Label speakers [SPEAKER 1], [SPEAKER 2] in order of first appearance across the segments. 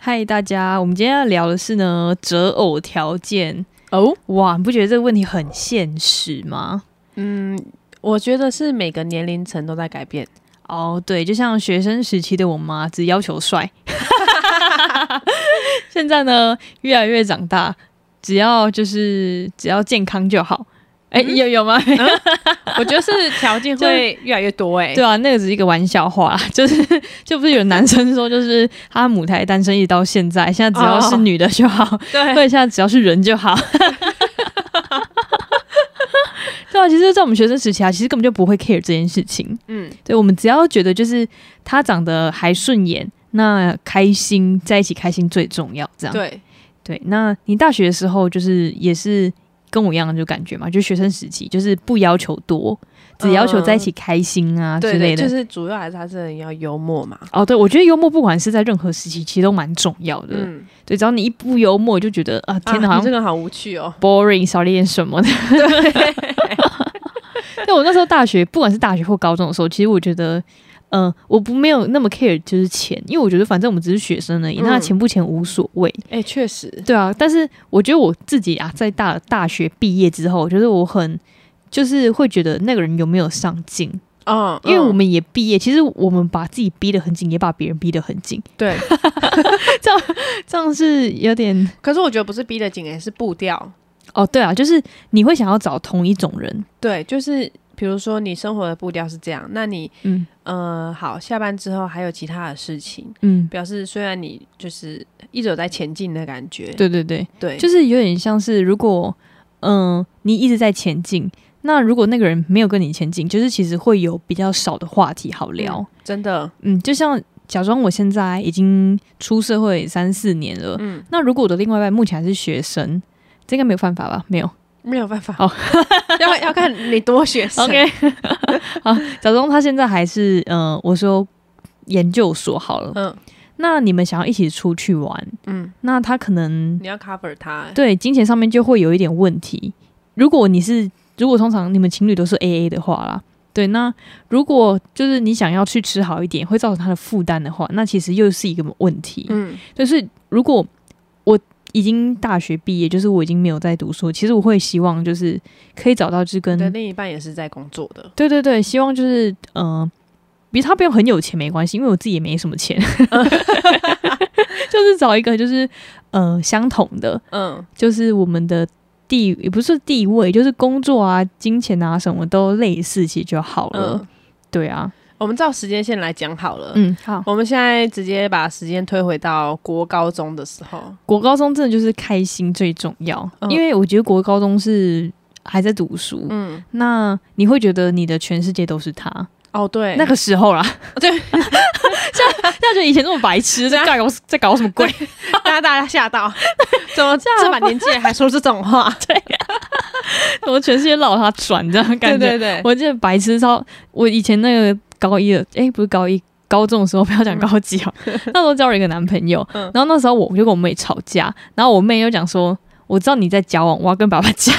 [SPEAKER 1] 嗨，大家，我们今天要聊的是呢择偶条件。
[SPEAKER 2] 哦，
[SPEAKER 1] 哇，你不觉得这个问题很现实吗？
[SPEAKER 2] 嗯，我觉得是每个年龄层都在改 变。
[SPEAKER 1] 哦，对，就像学生时期的我妈只要求 帅，现在呢越来越长大，只要就是只要健康就好。哎、有有 吗？
[SPEAKER 2] 我觉得是条件会越来越多哎、
[SPEAKER 1] 对啊，那个只是一个玩笑话， 就是就不是有男生说，就是他母胎单身一直到现在，现在只要是
[SPEAKER 2] 哦
[SPEAKER 1] 女的就好，
[SPEAKER 2] 对
[SPEAKER 1] 对，现在只要是人就好。 对啊，其实，在我们学生时期啊，其实根本就不会 care 这件事情。
[SPEAKER 2] 嗯，
[SPEAKER 1] 对我们只要觉得就是他长得还顺眼，那开心在一起开心最重要。这样
[SPEAKER 2] 对，
[SPEAKER 1] 对那你大学的时候就是也是跟我一样就感觉嘛，就学生时期就是不要求多，只要求在一起开心啊、之
[SPEAKER 2] 对
[SPEAKER 1] 类
[SPEAKER 2] 对，
[SPEAKER 1] 的。
[SPEAKER 2] 就是主要还是他真的要幽默嘛。
[SPEAKER 1] 哦，对，我觉得幽默不管是在任何时期，其实都蛮重要的。
[SPEAKER 2] 嗯，
[SPEAKER 1] 对，只要你一不幽默，我就觉得啊，天哪，
[SPEAKER 2] 啊
[SPEAKER 1] 好
[SPEAKER 2] 你这
[SPEAKER 1] 像
[SPEAKER 2] 个好无趣哦。
[SPEAKER 1] boring，少了一点什么的。对，我那时候大学，不管是大学或高中的时候，其实我觉得，嗯、我不没有那么 care 就是钱，因为我觉得反正我们只是学生而已，
[SPEAKER 2] 嗯
[SPEAKER 1] 那钱不钱无所谓。
[SPEAKER 2] 哎、确实，
[SPEAKER 1] 对啊，但是我觉得我自己啊，在大大学毕业之后，就是我很。就是会觉得那个人有没有上进，
[SPEAKER 2] 嗯，
[SPEAKER 1] 因为
[SPEAKER 2] 嗯
[SPEAKER 1] 我们也毕业，其实我们把自己逼得很紧，也把别人逼得很紧，
[SPEAKER 2] 对，
[SPEAKER 1] 这样是有点
[SPEAKER 2] 可是我觉得不是逼得紧，也是步调。
[SPEAKER 1] 哦，对啊，就是你会想要找同一种人，
[SPEAKER 2] 对，就是比如说你生活的步调是这样，那你
[SPEAKER 1] 嗯
[SPEAKER 2] 呃，好，下班之后还有其他的事情，
[SPEAKER 1] 嗯，
[SPEAKER 2] 表示虽然你就是一直有在前进的感觉。
[SPEAKER 1] 对对对，
[SPEAKER 2] 对，
[SPEAKER 1] 就是有点像是，如果嗯、你一直在前进，那如果那个人没有跟你前进，就是其实会有比较少的话题好聊。
[SPEAKER 2] 真的，
[SPEAKER 1] 嗯就像假装我现在已经出社会三四年了，
[SPEAKER 2] 嗯，
[SPEAKER 1] 那如果我的另外一半目前还是学生，这应该没有犯法吧？ 没有。
[SPEAKER 2] 没有办法，
[SPEAKER 1] 哦
[SPEAKER 2] 要要看你多 学生。
[SPEAKER 1] OK，好， 假装他现在还是嗯、呃我说研究所好了。
[SPEAKER 2] 嗯
[SPEAKER 1] 那你们想要一起出去玩，
[SPEAKER 2] 嗯，
[SPEAKER 1] 那他可能
[SPEAKER 2] 你要 cover 他、欸
[SPEAKER 1] 对金钱上面就会有一点问题。如果你是如果通常你们情侣都是 A A 的话啦，对，那如果就是你想要去吃好一点，会造成他的负担的话，那其实又是一个问题。
[SPEAKER 2] 嗯，
[SPEAKER 1] 但是如果我已经大学毕业，就是我已经没有在读书，其实我会希望就是可以找到就
[SPEAKER 2] 你的
[SPEAKER 1] 跟
[SPEAKER 2] 另一半也是在工 作的，
[SPEAKER 1] 对对对，希望就是嗯。呃比如他不用很有钱没关系，因为我自己也没什么钱，
[SPEAKER 2] 嗯
[SPEAKER 1] 就是找一个就是呃相同的，
[SPEAKER 2] 嗯，
[SPEAKER 1] 就是我们的地也不是地位，就是工作啊、金钱啊什么都类似，其实就好了。
[SPEAKER 2] 嗯
[SPEAKER 1] 对啊，
[SPEAKER 2] 我们照时间线来讲好了。
[SPEAKER 1] 嗯，好。
[SPEAKER 2] 我们现在直接把时间推回到国高中的时候，
[SPEAKER 1] 国高中真的就是开心最重要，
[SPEAKER 2] 嗯
[SPEAKER 1] 因为我觉得国高中是还在读书，
[SPEAKER 2] 嗯，
[SPEAKER 1] 那你会觉得你的全世界都是他
[SPEAKER 2] 哦 对，哦
[SPEAKER 1] 那个时候啦。
[SPEAKER 2] 对，啊
[SPEAKER 1] 像像就以前那么白痴，在搞在搞什么鬼？
[SPEAKER 2] 大家大家 吓到，怎么
[SPEAKER 1] 样
[SPEAKER 2] 这把年纪还说这 种话？
[SPEAKER 1] 怎么全世界绕他转这样的感觉？
[SPEAKER 2] 对，
[SPEAKER 1] 我记得白痴超，我以前那个高一的，诶，不是高一，高中的时候，不要讲高级 哦，那时候交了一个男朋友，
[SPEAKER 2] 嗯
[SPEAKER 1] 然后那时候我就跟我妹吵架，然后我妹又讲说，我知道你在交往，我要跟爸爸 讲。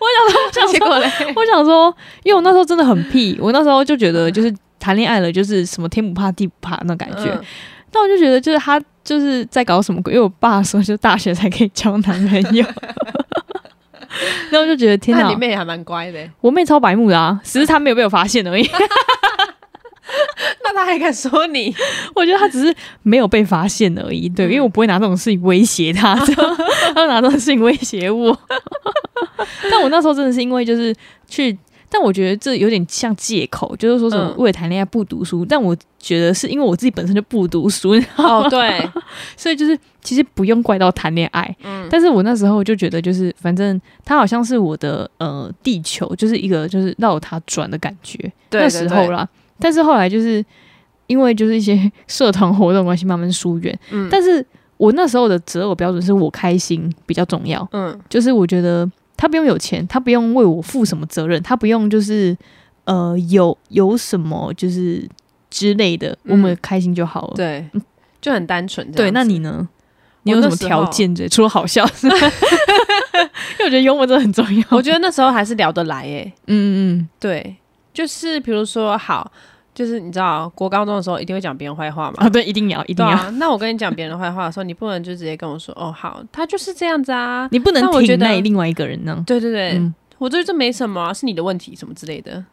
[SPEAKER 1] 我想说，我想
[SPEAKER 2] 结
[SPEAKER 1] 说，
[SPEAKER 2] 果嘞，
[SPEAKER 1] 我想说，因为我那时候真的很屁，我那时候就觉得就是谈恋爱了，就是什么天不怕地不怕那种感觉。
[SPEAKER 2] 嗯
[SPEAKER 1] 那我就觉得就是他就是在搞什么鬼，因为我爸说就大学才可以交男朋 友。那我就觉得天
[SPEAKER 2] 那
[SPEAKER 1] 哪
[SPEAKER 2] 你，妹还蛮 乖的，
[SPEAKER 1] 我妹超白目的
[SPEAKER 2] 嗯
[SPEAKER 1] 啊，只是她没有被我发现 而已。
[SPEAKER 2] 那她还敢说 你？
[SPEAKER 1] 我觉得她只是没有被发现而已，对，
[SPEAKER 2] 嗯
[SPEAKER 1] 因为我不会拿这种事情威胁 她，知道吗她拿这种事情威胁我。但我那时候真的是因为就是去，但我觉得这有点像借口，就是说什么
[SPEAKER 2] 嗯
[SPEAKER 1] 为了谈恋爱不读书。但我觉得是因为我自己本身就不读 书，你知道吗
[SPEAKER 2] 哦对，
[SPEAKER 1] 所以就是其实不用怪到谈恋爱。
[SPEAKER 2] 嗯，
[SPEAKER 1] 但是我那时候就觉得，就是反正他好像是我的呃地球，就是一个就是绕它转的感觉。
[SPEAKER 2] 对
[SPEAKER 1] 那时候，啦。但是后来就是因为就是一些 社团活动关系慢慢疏远，
[SPEAKER 2] 对对嗯，
[SPEAKER 1] 但是我那时候的择偶标准是我开心比较重要，
[SPEAKER 2] 嗯
[SPEAKER 1] 就是我觉得他不用有钱，他不用为我负什么责任，他不用就是呃有有什么就是之类的，
[SPEAKER 2] 嗯
[SPEAKER 1] 我们开心就好了。
[SPEAKER 2] 对，就很单纯这样
[SPEAKER 1] 嗯
[SPEAKER 2] 子。
[SPEAKER 1] 对，那你呢？你有什么条件之类？除了好笑， 因为我觉得幽默真的很重要。
[SPEAKER 2] 我觉得那时候还是聊得来诶、
[SPEAKER 1] 嗯嗯
[SPEAKER 2] 对，就是比如说好，就是你知道，国高中的时候一定会讲别人坏话嘛。
[SPEAKER 1] 啊，对，一定要，一定
[SPEAKER 2] 对
[SPEAKER 1] 要，
[SPEAKER 2] 啊，那我跟你讲别人的坏话的时候，你不能就直接跟我说哦，好，他就是这样子啊。
[SPEAKER 1] 你不能
[SPEAKER 2] 但我觉
[SPEAKER 1] 挺
[SPEAKER 2] 得
[SPEAKER 1] 赖另外一个人呢。
[SPEAKER 2] 对对对，
[SPEAKER 1] 嗯，
[SPEAKER 2] 我觉得这没什么啊、是你的问题什么之类的。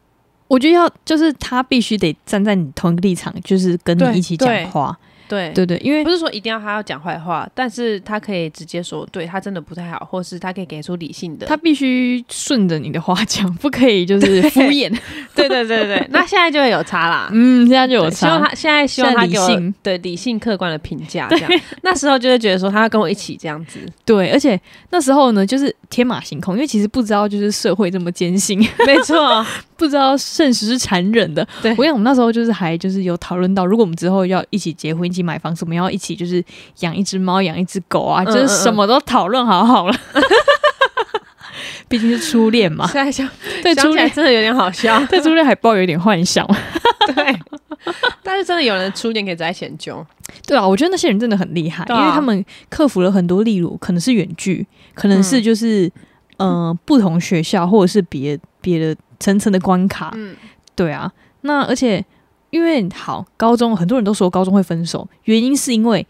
[SPEAKER 1] 我觉得要就是他必须得站在你同一个立场，就是跟
[SPEAKER 2] 对
[SPEAKER 1] 你一起讲
[SPEAKER 2] 对
[SPEAKER 1] 话，
[SPEAKER 2] 对，
[SPEAKER 1] 对对，因为
[SPEAKER 2] 不是说一定要他要讲坏话，但是他可以直接说，对他真的不太好，或是他可以给出理性的。
[SPEAKER 1] 他必须顺着你的话讲，不可以就是敷 衍。
[SPEAKER 2] 对对对对，那现在就有差啦。
[SPEAKER 1] 嗯，现在就有
[SPEAKER 2] 对希望
[SPEAKER 1] 差。
[SPEAKER 2] 他现在希望
[SPEAKER 1] 现在
[SPEAKER 2] 他
[SPEAKER 1] 理
[SPEAKER 2] 给我
[SPEAKER 1] 性
[SPEAKER 2] 对理性客观的评 价，这样那时候就会觉得说他要跟我一起这样子，
[SPEAKER 1] 对，而且那时候呢，就是天马行空，因为其实不知道就是社会这么艰辛，
[SPEAKER 2] 没错，
[SPEAKER 1] 不知道现实是残忍的。
[SPEAKER 2] 对
[SPEAKER 1] 我想我们那时候就是还就是有讨论到，如果我们之后要一起结婚、一起买房，什么要一起就是养一只猫、养一只狗啊，
[SPEAKER 2] 嗯
[SPEAKER 1] 就是什么都讨论好好了。 毕竟是初恋 嘛，
[SPEAKER 2] 现在想
[SPEAKER 1] 对
[SPEAKER 2] 想
[SPEAKER 1] 初
[SPEAKER 2] 起来
[SPEAKER 1] 恋，
[SPEAKER 2] 真的有点好 笑，
[SPEAKER 1] 对初恋还抱有一点幻想。
[SPEAKER 2] 对， 但是真的有人初恋可以在前就，
[SPEAKER 1] 对啊，我觉得那些人真的很厉害，
[SPEAKER 2] 对啊
[SPEAKER 1] 因为他们克服了很多，例如可能是远距，可能是就是、呃不同学校或者是别别的层层的关卡。
[SPEAKER 2] 嗯，
[SPEAKER 1] 对啊，那而且因为好高中很多人都说高中会分手，原因是因为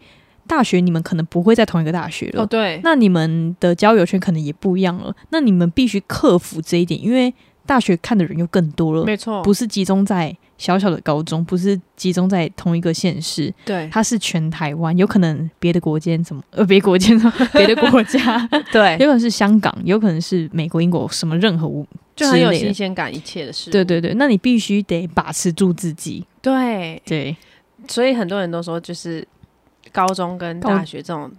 [SPEAKER 1] 大学你们可能不会在同一个大学了。
[SPEAKER 2] 哦对，
[SPEAKER 1] 那你们的交友圈可能也不一样了，那你们必须克服这一点，因为大学看的人又更多了，
[SPEAKER 2] 没错，
[SPEAKER 1] 不是集中在小小的高中，不是集中在同一个县市，
[SPEAKER 2] 对
[SPEAKER 1] 它是全台湾，有可能别的国间怎么 呃，别 国间别的国家，
[SPEAKER 2] 对，
[SPEAKER 1] 有可能是香港，有可能是美国、英国，什么任何物，
[SPEAKER 2] 就很有
[SPEAKER 1] 之类的
[SPEAKER 2] 新鲜感，一切的事物，
[SPEAKER 1] 对对对，那你必须得把持住自己，
[SPEAKER 2] 对，
[SPEAKER 1] 对，
[SPEAKER 2] 所以很多人都说就是高中跟
[SPEAKER 1] 高哦
[SPEAKER 2] 大学这种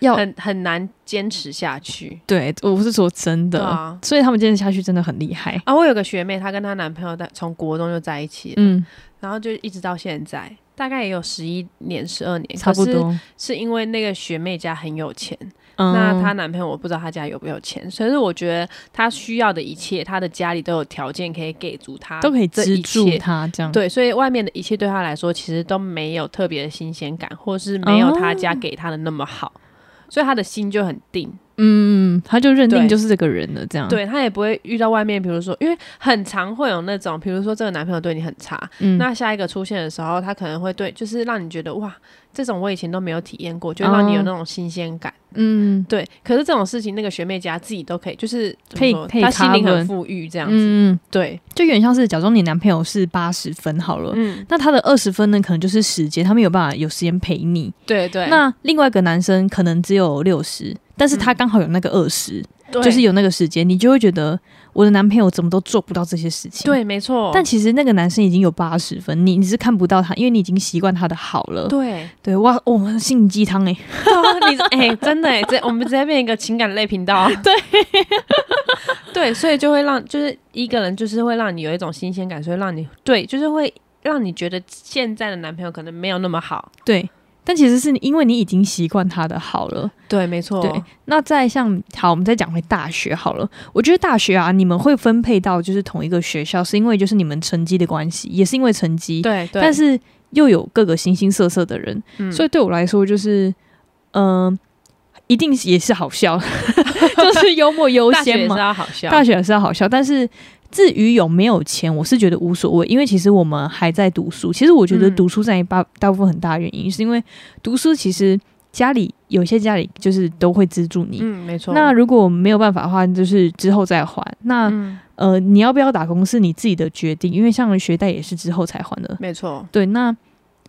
[SPEAKER 1] 要
[SPEAKER 2] 很很难坚持下去，
[SPEAKER 1] 对我不是说真
[SPEAKER 2] 对
[SPEAKER 1] 的，哦
[SPEAKER 2] 啊。
[SPEAKER 1] 所以他们坚持下去真的很厉害，
[SPEAKER 2] 啊，我有个学妹，她跟她男朋友在从国中就在一起了，
[SPEAKER 1] 嗯，
[SPEAKER 2] 然后就一直到现在，大概也有十一年、十二年，
[SPEAKER 1] 差不。多，
[SPEAKER 2] 是因为那个学妹家很有钱，
[SPEAKER 1] 嗯，
[SPEAKER 2] 那她男朋友我不知道她家有没有钱，所以说我觉得她需要的一切，她的家里都有条件可以给足她，
[SPEAKER 1] 都可以资
[SPEAKER 2] 这一
[SPEAKER 1] 助
[SPEAKER 2] 切
[SPEAKER 1] 他这样，
[SPEAKER 2] 对，所以外面的一切对她来说，其实都没有特别的新鲜感，或是没有她家给她的那么好，所以她的心就很定。
[SPEAKER 1] 嗯，他就认定
[SPEAKER 2] 对
[SPEAKER 1] 就是这个人了，这样，，
[SPEAKER 2] 对她也不会遇到外面，比如说，因为很常会有那种，比如说这个男朋友对你很差，
[SPEAKER 1] 嗯，
[SPEAKER 2] 那下一个出现的时候，他可能会对，就是让你觉得哇，这种我以前都没有体验过，就会
[SPEAKER 1] 哦
[SPEAKER 2] 让你有那种新鲜感。
[SPEAKER 1] 嗯
[SPEAKER 2] 对，可是这种事情，那个学妹家自己都可以，就是怎么
[SPEAKER 1] 可以
[SPEAKER 2] 说
[SPEAKER 1] 可以
[SPEAKER 2] 她心灵
[SPEAKER 1] cover
[SPEAKER 2] 很富裕这样子。
[SPEAKER 1] 嗯，
[SPEAKER 2] 对，
[SPEAKER 1] 就有点像是假装你男朋友是八十分好了，
[SPEAKER 2] 嗯，
[SPEAKER 1] 那他的二十分呢，可能就是时间，他没有办法有时间陪你。
[SPEAKER 2] 对对，
[SPEAKER 1] 那另外一个男生可能只有六十，但是他刚好有那个二十、
[SPEAKER 2] 嗯对
[SPEAKER 1] 就是有那个时间，你就会觉得我的男朋友怎么都做不到这些事情。。
[SPEAKER 2] 对，没错，
[SPEAKER 1] 但其实那个男生已经有八十分，你你是看不到他，因为你已经习惯他的好了。
[SPEAKER 2] 对，
[SPEAKER 1] 对，哇，哦，心灵鸡汤哎，
[SPEAKER 2] 对啊你哎、真的哎、这我们直接变一个情感类频道。对， 对，所以就会让就是一个人就是会让你有一种新鲜感，所以让你对，就是会让你觉得现在的男朋友可能没有那么好。
[SPEAKER 1] 对。但其实是因为你已经习惯他的好了。
[SPEAKER 2] 对，没错，
[SPEAKER 1] 对，那再像好，我们再讲回大学好了。我觉得大学啊，你们会分配到就是同一个学校，是因为就是你们成绩的关系，也是因为成绩。
[SPEAKER 2] 对对，
[SPEAKER 1] 但是又有各个形形色色的人，
[SPEAKER 2] 嗯
[SPEAKER 1] 所以对我来说就是，嗯、一定也是好笑， 就是幽默优
[SPEAKER 2] 大学
[SPEAKER 1] 先
[SPEAKER 2] 也
[SPEAKER 1] 嘛
[SPEAKER 2] 是。要好 笑，
[SPEAKER 1] 大学也是要好笑，但是至于有没有钱，我是觉得无所谓，因为其实我们还在读书。其实我觉得
[SPEAKER 2] 嗯
[SPEAKER 1] 读书占一大大部分很大原因，是因为读书其实家里有些家里就是都会资助你。
[SPEAKER 2] 嗯，没错。
[SPEAKER 1] 那如果没有办法的话，就是之后再还。那、
[SPEAKER 2] 嗯，
[SPEAKER 1] 呃，你要不要打工是你自己的决定，因为像学贷也是之后才还的。
[SPEAKER 2] 没错，
[SPEAKER 1] 对，那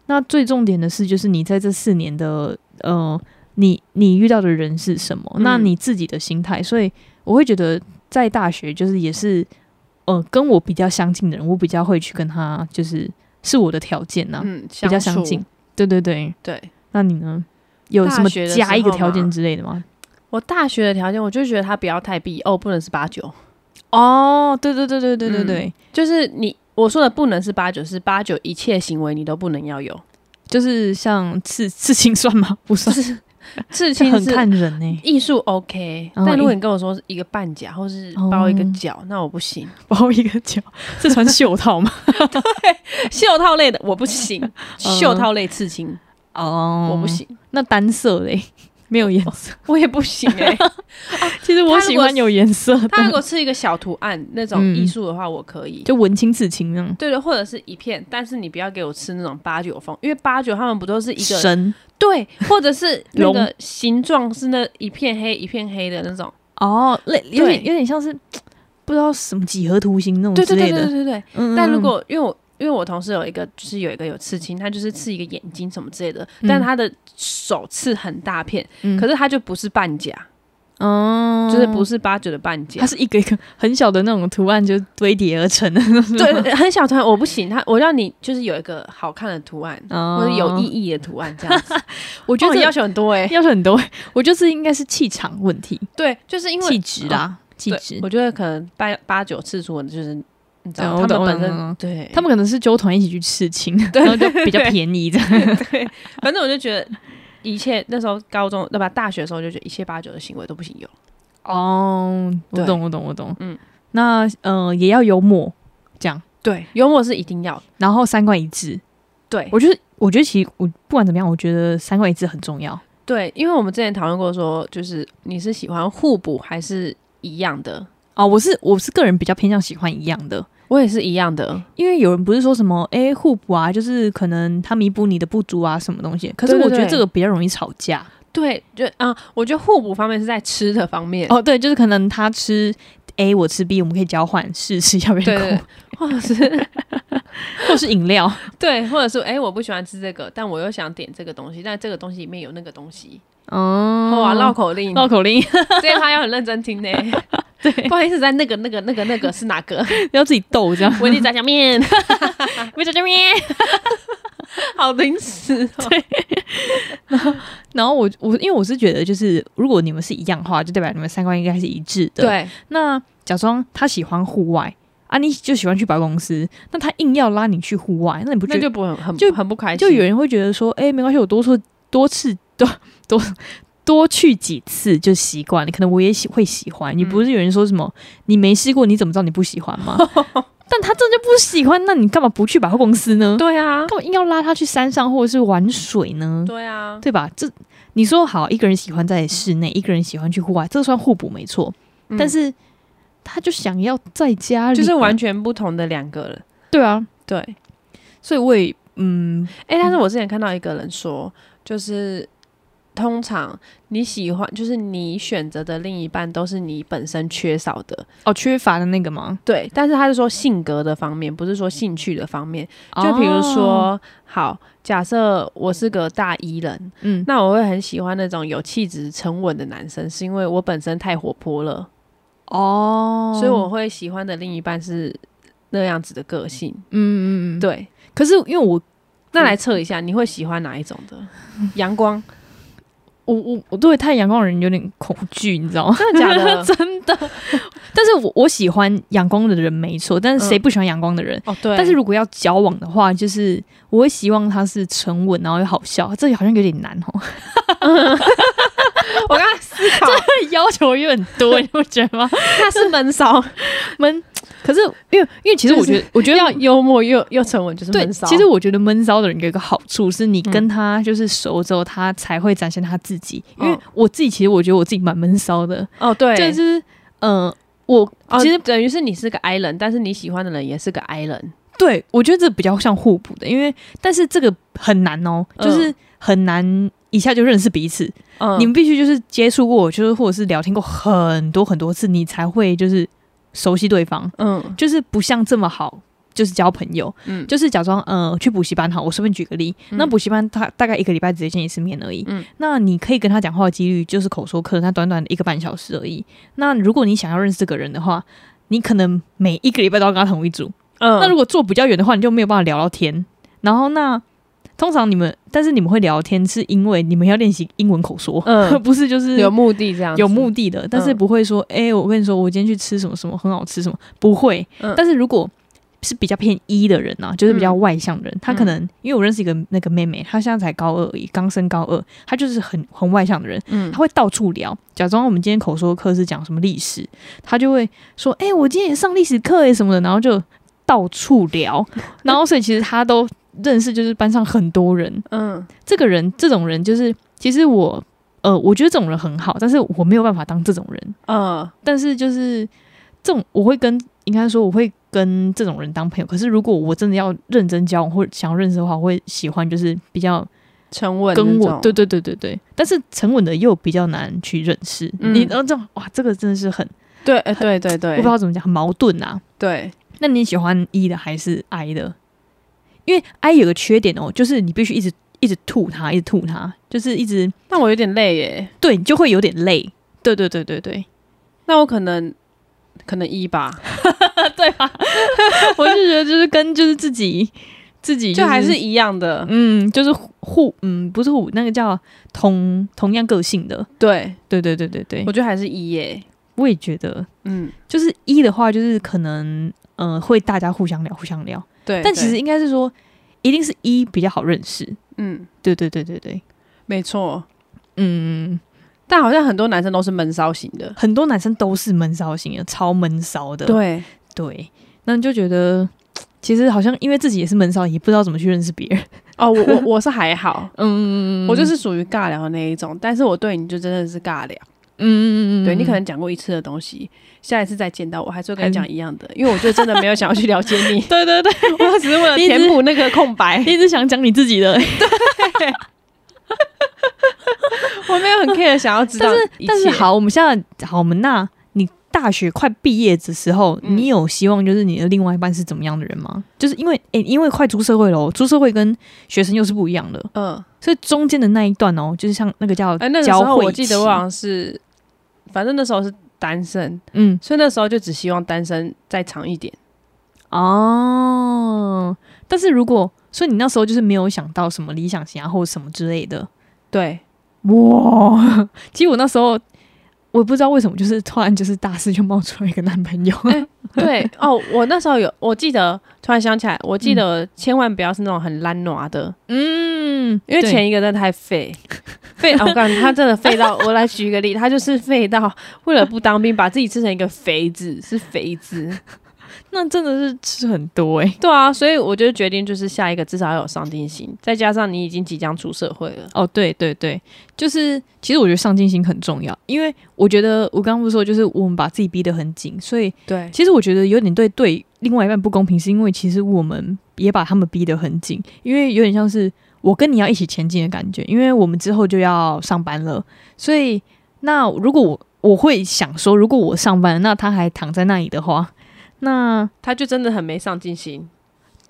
[SPEAKER 1] 那最重点的是，就是你在这四年的呃，你你遇到的人是什么？
[SPEAKER 2] 嗯
[SPEAKER 1] 那你自己的心态，所以我会觉得在大学就是也是呃，跟我比较相近的人，我比较会去跟他就是是我的条件呐、
[SPEAKER 2] 嗯，
[SPEAKER 1] 比
[SPEAKER 2] 比
[SPEAKER 1] 较相近。。对对对，
[SPEAKER 2] 对
[SPEAKER 1] 那你呢？有
[SPEAKER 2] 大
[SPEAKER 1] 什么
[SPEAKER 2] 学的
[SPEAKER 1] 加
[SPEAKER 2] 时
[SPEAKER 1] 一个
[SPEAKER 2] 候
[SPEAKER 1] 条件
[SPEAKER 2] 嘛
[SPEAKER 1] 之类的吗？
[SPEAKER 2] 我大学的条件，我就觉得他不要太 B 哦，不能是八九，
[SPEAKER 1] 哦，对对对对对对
[SPEAKER 2] 嗯
[SPEAKER 1] 对，
[SPEAKER 2] 就是你我说的不能是八九，是八九一切行为你都不能要有。
[SPEAKER 1] 就是像刺刺青算吗？ 不算，这
[SPEAKER 2] 刺青
[SPEAKER 1] 很
[SPEAKER 2] 是
[SPEAKER 1] 看人呢、
[SPEAKER 2] 艺术 OK，、
[SPEAKER 1] 哦
[SPEAKER 2] 但如果你跟我说是一个半甲或是包一个角，那我不 行。
[SPEAKER 1] 包一个脚，是穿袖套吗？
[SPEAKER 2] 袖套类的我不行，袖套类刺青、
[SPEAKER 1] 嗯哦
[SPEAKER 2] 我不行。
[SPEAKER 1] 那单色嘞，没有颜色。
[SPEAKER 2] 我也不行 哎、
[SPEAKER 1] 其实我
[SPEAKER 2] 他如
[SPEAKER 1] 喜
[SPEAKER 2] 果
[SPEAKER 1] 欢有颜色的，
[SPEAKER 2] 他如果是一个小图案那种
[SPEAKER 1] 嗯
[SPEAKER 2] 艺术的话，我可以。
[SPEAKER 1] 就文青刺青那种
[SPEAKER 2] 对的，或者是一片，但是你不要给我吃那种八九风，因为八九他们不都是一个
[SPEAKER 1] 神
[SPEAKER 2] 对，或者是那个
[SPEAKER 1] 龙
[SPEAKER 2] 形状是那一片黑一片黑的那种，
[SPEAKER 1] 哦，类有
[SPEAKER 2] 对
[SPEAKER 1] 点有点像是不知道什么几何图形那种
[SPEAKER 2] 对
[SPEAKER 1] 之
[SPEAKER 2] 对
[SPEAKER 1] 类
[SPEAKER 2] 对对
[SPEAKER 1] 的。
[SPEAKER 2] 对对。
[SPEAKER 1] 嗯
[SPEAKER 2] 但如
[SPEAKER 1] 嗯
[SPEAKER 2] 果因为我因为我同事有一个就是有一个有刺青，他就是刺一个眼睛什么之类的，但
[SPEAKER 1] 嗯
[SPEAKER 2] 他的手刺很大片，
[SPEAKER 1] 嗯
[SPEAKER 2] 可是他就不是半甲，
[SPEAKER 1] 哦，
[SPEAKER 2] 就是不是八九的半甲
[SPEAKER 1] 它，是一个一个很小的那种图案就堆叠而成的，
[SPEAKER 2] 对，很小团我不行，他我让你就是有一个好看的图案。
[SPEAKER 1] 哦
[SPEAKER 2] 或者有意。义的图案这样子，
[SPEAKER 1] 我
[SPEAKER 2] 我
[SPEAKER 1] 觉得这
[SPEAKER 2] 要求很多哎、
[SPEAKER 1] 要求很多，我觉得这应该是气场问题，
[SPEAKER 2] 对，就是因为哦
[SPEAKER 1] 气质啦，气
[SPEAKER 2] 对
[SPEAKER 1] 质。
[SPEAKER 2] 我觉得可能八八九次数的就是你知
[SPEAKER 1] 对
[SPEAKER 2] 道
[SPEAKER 1] 哦我
[SPEAKER 2] 他
[SPEAKER 1] 懂嗯
[SPEAKER 2] 们
[SPEAKER 1] 我懂
[SPEAKER 2] 本
[SPEAKER 1] 我
[SPEAKER 2] 身
[SPEAKER 1] 懂
[SPEAKER 2] 对
[SPEAKER 1] 他们可能是纠团一起去刺青， 然后就比较便宜这样。
[SPEAKER 2] 对，反正我就觉得一切那时候高中对吧？大学的时候就觉得一切八九的行为都不行有，
[SPEAKER 1] 哦，我
[SPEAKER 2] 对
[SPEAKER 1] 懂，我懂，我懂。
[SPEAKER 2] 嗯
[SPEAKER 1] 嗯，那呃也要幽默，这样，
[SPEAKER 2] 对，幽默是一定要的，
[SPEAKER 1] 然后三观一致。
[SPEAKER 2] 对
[SPEAKER 1] 我觉得，我觉得其实我不管怎么样，我觉得三观一致很重要。
[SPEAKER 2] 对，因为我们之前讨论过说，就是你是喜欢互补还是一样的？
[SPEAKER 1] 哦，我是我是个人比较偏向喜欢一样的，
[SPEAKER 2] 我也是一样的，
[SPEAKER 1] 因为有人不是说什么哎、诶互补啊，就是可能他弥补你的不足啊什么东西，可是
[SPEAKER 2] 对对
[SPEAKER 1] 我觉得
[SPEAKER 2] 对
[SPEAKER 1] 这个比较容易吵架。
[SPEAKER 2] 对，就啊、我觉得互补方面是在吃的方面，
[SPEAKER 1] 哦，对，就是可能他吃 A，我吃 B，我们可以交换试试要不要
[SPEAKER 2] 对对
[SPEAKER 1] 扣，
[SPEAKER 2] 或者是
[SPEAKER 1] 或是饮料。
[SPEAKER 2] 对，或者是哎、我不喜欢吃这个，但我又想点这个东西，但这个东西里面有那个东西，
[SPEAKER 1] 哦
[SPEAKER 2] 哇，绕口令，
[SPEAKER 1] 绕口令
[SPEAKER 2] 所以他要很认真听呢。 对，不好意思，在那个、那个、那个、那个是哪个？
[SPEAKER 1] 要自己逗这样，
[SPEAKER 2] 维力炸酱面，
[SPEAKER 1] 没在这边。
[SPEAKER 2] 好临时、哦。
[SPEAKER 1] 然后我我因为我是觉得，就是如果你们是一样的话，就代表你们三观应该是一致的。，
[SPEAKER 2] 对
[SPEAKER 1] 那假装他喜欢户外啊，你就喜欢去百货公司，那他硬要拉你去户外，那你不觉
[SPEAKER 2] 那
[SPEAKER 1] 得
[SPEAKER 2] 就不很很
[SPEAKER 1] 就
[SPEAKER 2] 很不开心。
[SPEAKER 1] 就有人会觉得说，哎、没关系，我多说多次多多多去几次就习惯了，可能我也喜会喜欢。你不是有人说什么、你没试过，你怎么知道你不喜欢吗？但他真的就不喜欢，那你干嘛不去百货公司呢？
[SPEAKER 2] 对啊，
[SPEAKER 1] 干嘛硬要拉他去山上或者是玩水呢？
[SPEAKER 2] 对啊，
[SPEAKER 1] 对吧？这你说好，一个人喜欢在室内，一个人喜欢去户外，这算互补没错。
[SPEAKER 2] 嗯
[SPEAKER 1] 但是他就想要在家里，
[SPEAKER 2] 就是完全不同的两个人。
[SPEAKER 1] 对啊，
[SPEAKER 2] 对，
[SPEAKER 1] 所以我也嗯
[SPEAKER 2] 哎、但是我之前看到一个人说，就是通常你喜欢，就是你选择的另一半都是你本身缺少的，
[SPEAKER 1] 哦缺乏的那个嘛，
[SPEAKER 2] 对。但是他是说性格的方面，不是说兴趣的方面。就比如
[SPEAKER 1] 哦
[SPEAKER 2] 说，好，假设我是个大一人，
[SPEAKER 1] 嗯
[SPEAKER 2] 那我会很喜欢那种有气质、沉稳的男生，是因为我本身太活泼了，
[SPEAKER 1] 哦，
[SPEAKER 2] 所以我会喜欢的另一半是那样子的个性。
[SPEAKER 1] 嗯嗯嗯，对。
[SPEAKER 2] 对，
[SPEAKER 1] 可是因为我
[SPEAKER 2] 那来测一下，你会喜欢哪一种的？阳光，
[SPEAKER 1] 我我我对太阳光的人有点恐惧，你知道吗？
[SPEAKER 2] 真的假 的？
[SPEAKER 1] 真的。 但是我我喜欢阳光的人没错，但
[SPEAKER 2] 嗯
[SPEAKER 1] 是谁不喜欢阳光的人？
[SPEAKER 2] 哦，对，
[SPEAKER 1] 但是如果要交往的话，就是我会希望他是沉稳，然后又好笑。这好像有点难哦，
[SPEAKER 2] 我刚才思考，
[SPEAKER 1] 要求有点多，你不觉得吗？
[SPEAKER 2] 他是闷 骚，
[SPEAKER 1] 闷，可是因为因为其实我觉得，我觉得
[SPEAKER 2] 要幽默又又沉稳，就是
[SPEAKER 1] 对，
[SPEAKER 2] 闷骚。
[SPEAKER 1] 其实我觉得闷骚嗯的人有一个好处是，你跟他就是熟之后，他才会展现他自己。因为
[SPEAKER 2] 嗯
[SPEAKER 1] 我自己其实我觉得我自己蛮闷骚的，
[SPEAKER 2] 哦，对，
[SPEAKER 1] 就是呃，我
[SPEAKER 2] 哦
[SPEAKER 1] 其实
[SPEAKER 2] 等于是你是个 I 人，但是你喜欢的人也是个 I 人。
[SPEAKER 1] 对我觉得这比较像互补的，因为但是这个很难哦，
[SPEAKER 2] 嗯
[SPEAKER 1] 就是很难一下就认识彼此。
[SPEAKER 2] 嗯
[SPEAKER 1] 你们必须就是接触过，就是或者是聊天过很多很多次，你才会就是熟悉对方，
[SPEAKER 2] 嗯
[SPEAKER 1] 就是不像这么好。就是交朋友，
[SPEAKER 2] 嗯
[SPEAKER 1] 就是假装呃去补习班好，我随便举个例，
[SPEAKER 2] 嗯
[SPEAKER 1] 那补习班他大概一个礼拜只会见一次面而已，
[SPEAKER 2] 嗯
[SPEAKER 1] 那你可以跟他讲话的几率就是口说课，那短短的一个半小时而已。那如果你想要认识这个人的话，你可能每一个礼拜都要跟他同一组，
[SPEAKER 2] 嗯
[SPEAKER 1] 那如果坐比较远的话，你就没有办法聊到天。然后那通常你们，但是你们会聊天，是因为你们要练习英文口说，
[SPEAKER 2] 嗯
[SPEAKER 1] 不是就是
[SPEAKER 2] 有目的这样子，
[SPEAKER 1] 有目的的，但是
[SPEAKER 2] 嗯
[SPEAKER 1] 不会说，哎、我跟你说，我今天去吃什么什么很好吃什么，不会。
[SPEAKER 2] 嗯
[SPEAKER 1] 但是如果是比较偏一的人啊，就是比较
[SPEAKER 2] 嗯
[SPEAKER 1] 外向的人，他可能因为我认识一个那个妹妹，她现在才高二而已，刚升高二，她就是很很外向的人，
[SPEAKER 2] 嗯
[SPEAKER 1] 他会到处聊，假装我们今天口说课是讲什么历史，他就会说：“哎、我今天也上历史课耶欸什么的。”然后就到处聊，然后所以其实他都认识，就是班上很多人。
[SPEAKER 2] 嗯
[SPEAKER 1] 这个人，这种人就是，其实我呃，我觉得这种人很好，但是我没有办法当这种人。
[SPEAKER 2] 嗯
[SPEAKER 1] 但是就是这种，我会跟应该说我会跟这种人当朋友。可是如果我真的要认真交往或者想要认识的话，我会喜欢就是比较
[SPEAKER 2] 沉稳
[SPEAKER 1] 跟
[SPEAKER 2] 那
[SPEAKER 1] 我
[SPEAKER 2] 种
[SPEAKER 1] 对对对对对。但是沉稳的又比较难去认识。
[SPEAKER 2] 嗯
[SPEAKER 1] 你然后这种哇，这个真的是很
[SPEAKER 2] 对呃对对
[SPEAKER 1] 我
[SPEAKER 2] 对
[SPEAKER 1] 不知道怎么讲，很矛盾啊。
[SPEAKER 2] 对
[SPEAKER 1] 那你喜欢 E 的还是 I 的？因为 I 有个缺点哦，就是你必须一直一直吐它，一直吐它，就是一直
[SPEAKER 2] 那我有点累耶，
[SPEAKER 1] 对你就会有点累。对对对对对，
[SPEAKER 2] 那我可能可能一吧，
[SPEAKER 1] 对吧？ 我是觉得就是跟就是自己自己、
[SPEAKER 2] 就还
[SPEAKER 1] 是
[SPEAKER 2] 是一样的，
[SPEAKER 1] 嗯，就是互互嗯不是互那个叫同同样个性的。
[SPEAKER 2] 对
[SPEAKER 1] 对对对对对
[SPEAKER 2] 我，觉得还是一耶，
[SPEAKER 1] 我也觉得
[SPEAKER 2] 嗯，
[SPEAKER 1] 就是一的话，就是可能呃会大家互相聊互相聊，
[SPEAKER 2] 对，
[SPEAKER 1] 但其
[SPEAKER 2] 对
[SPEAKER 1] 实应该是说一定是一比较好认识。
[SPEAKER 2] 嗯，
[SPEAKER 1] 对对对对对，
[SPEAKER 2] 没错，
[SPEAKER 1] 嗯，
[SPEAKER 2] 但好像很多男生都是闷骚型的，
[SPEAKER 1] 很多男生都是闷骚型的，超闷骚的。
[SPEAKER 2] 对
[SPEAKER 1] 对，那你就觉得其实好像因为自己也是闷骚，也不知道怎么去认识别人。，
[SPEAKER 2] 哦，我我我是还好
[SPEAKER 1] 嗯
[SPEAKER 2] 我就是属于尬聊的那一种，但是我对你就真的是尬聊，
[SPEAKER 1] 嗯嗯嗯，
[SPEAKER 2] 对你可能讲过一次的东西，下一次再见到我还是会跟你
[SPEAKER 1] 还
[SPEAKER 2] 讲一样的，因为我就真的没有想要去了解
[SPEAKER 1] ，
[SPEAKER 2] 你
[SPEAKER 1] 对对对，
[SPEAKER 2] 我只是为了
[SPEAKER 1] 你一直
[SPEAKER 2] 填补那个空白，
[SPEAKER 1] 一直想讲你自己的，
[SPEAKER 2] 我没有很 care 想要知道
[SPEAKER 1] 但
[SPEAKER 2] 一
[SPEAKER 1] 但是
[SPEAKER 2] 切，
[SPEAKER 1] 好，我们现在好，我们那你大学快毕业的时候，
[SPEAKER 2] 嗯
[SPEAKER 1] 你有希望就是你的另外一半是怎么样的人吗？就是因为诶、因为快出社会了哦，出社会跟学生又是不一样的，
[SPEAKER 2] 嗯，
[SPEAKER 1] 所以中间的那一段哦，就是像那个叫
[SPEAKER 2] 哎，那个时
[SPEAKER 1] 交
[SPEAKER 2] 候
[SPEAKER 1] 汇
[SPEAKER 2] 我记得
[SPEAKER 1] 期
[SPEAKER 2] 我好像是，反正那时候是单身，
[SPEAKER 1] 嗯
[SPEAKER 2] 所以那时候就只希望单身再长一点。
[SPEAKER 1] 哦，但是如果所以你那时候就是没有想到什么理想型啊或者什么之类的
[SPEAKER 2] 对，
[SPEAKER 1] 哇，其实我那时候。我不知道为什么，就是突然就是大四就冒出来一个男朋友，
[SPEAKER 2] 哎对哦，我那时候有，我记得突然想起来，我记得千万不要是那种很懒惰的，
[SPEAKER 1] 嗯，
[SPEAKER 2] 因为
[SPEAKER 1] 对
[SPEAKER 2] 前一个真的 太废，废，哦我感觉他真的废到，我来举一个例，他就是废到为了不当兵，把自己吃成一个肥子，是肥 子。
[SPEAKER 1] 那真的是吃很多哎、
[SPEAKER 2] 对啊，所以我就决定就是下一个至少要有上进心，再加上你已经即将出社会了，
[SPEAKER 1] 哦，对对对，就是其实我觉得上进心很重要，因为我觉得我刚刚不是说，就是我们把自己逼得很紧，所以
[SPEAKER 2] 对，
[SPEAKER 1] 其实我觉得有点对对另外一半不公平，是因为其实我们也把他们逼得很紧，因为有点像是我跟你要一起前进的感觉，因为我们之后就要上班了，所以那如果我我会想说，如果我上班，那他还躺在那里的话，那
[SPEAKER 2] 他就真的很没上进心。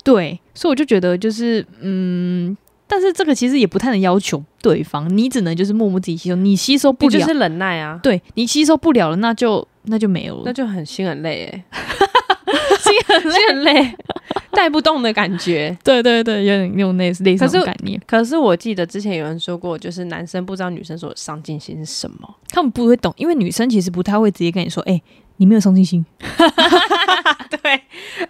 [SPEAKER 1] 对，所以我就觉得就是嗯，但是这个其实也不太能要求对方，你只能就是默默自己吸收，你吸收不
[SPEAKER 2] 不
[SPEAKER 1] 了，
[SPEAKER 2] 就是忍耐啊，
[SPEAKER 1] 对你吸收不了了，那就那就没有
[SPEAKER 2] 那
[SPEAKER 1] 了。
[SPEAKER 2] 就很心很累 哎、心很累，很累，带不动的感觉。
[SPEAKER 1] 对对对，有点用类似类似
[SPEAKER 2] 可
[SPEAKER 1] 这种
[SPEAKER 2] 是
[SPEAKER 1] 概念，
[SPEAKER 2] 可是我记得之前有人说过，就是男生不知道女生所上进心是什么，
[SPEAKER 1] 他们不会懂，因为女生其实不太会直接跟你说，哎、你没有上进心，
[SPEAKER 2] 对，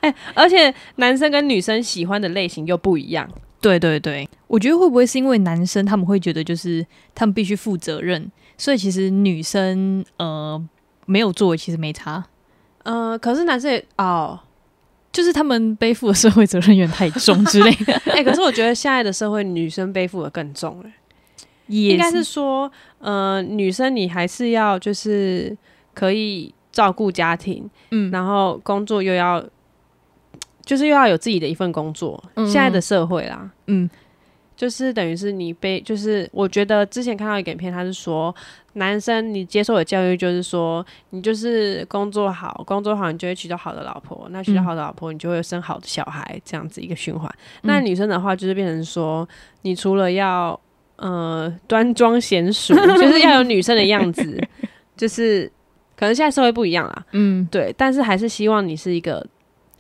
[SPEAKER 2] 哎、而且男生跟女生喜欢的类型又不一样，
[SPEAKER 1] 对对对，我觉得会不会是因为男生他们会觉得就是他们必须负责任，所以其实女生呃没有作为其实没差，
[SPEAKER 2] 嗯、可是男生也哦，
[SPEAKER 1] 就是他们背负的社会责任有点太重之类 的，
[SPEAKER 2] 哎、可是我觉得现在的社会女生背负的更重 了，
[SPEAKER 1] 也
[SPEAKER 2] 应该是说，呃，女生你还是要就是可以照顾家庭，
[SPEAKER 1] 嗯
[SPEAKER 2] 然后工作又要，就是又要有自己的一份工作。
[SPEAKER 1] 嗯
[SPEAKER 2] 现在的社会啦，
[SPEAKER 1] 嗯
[SPEAKER 2] 就是等于是你被，就是我觉得之前看到一个影片，他是说男生你接受的教育就是说，你就是工作好，工作好你就会娶到好的老婆，那娶到
[SPEAKER 1] 嗯
[SPEAKER 2] 好的老婆你就会生好的小孩，这样子一个循环。那女生的话就是变成说，你除了要呃端庄娴熟， 就是要有女生的样子，就是可能现在社会不一样啦，
[SPEAKER 1] 嗯，
[SPEAKER 2] 对，但是还是希望你是一个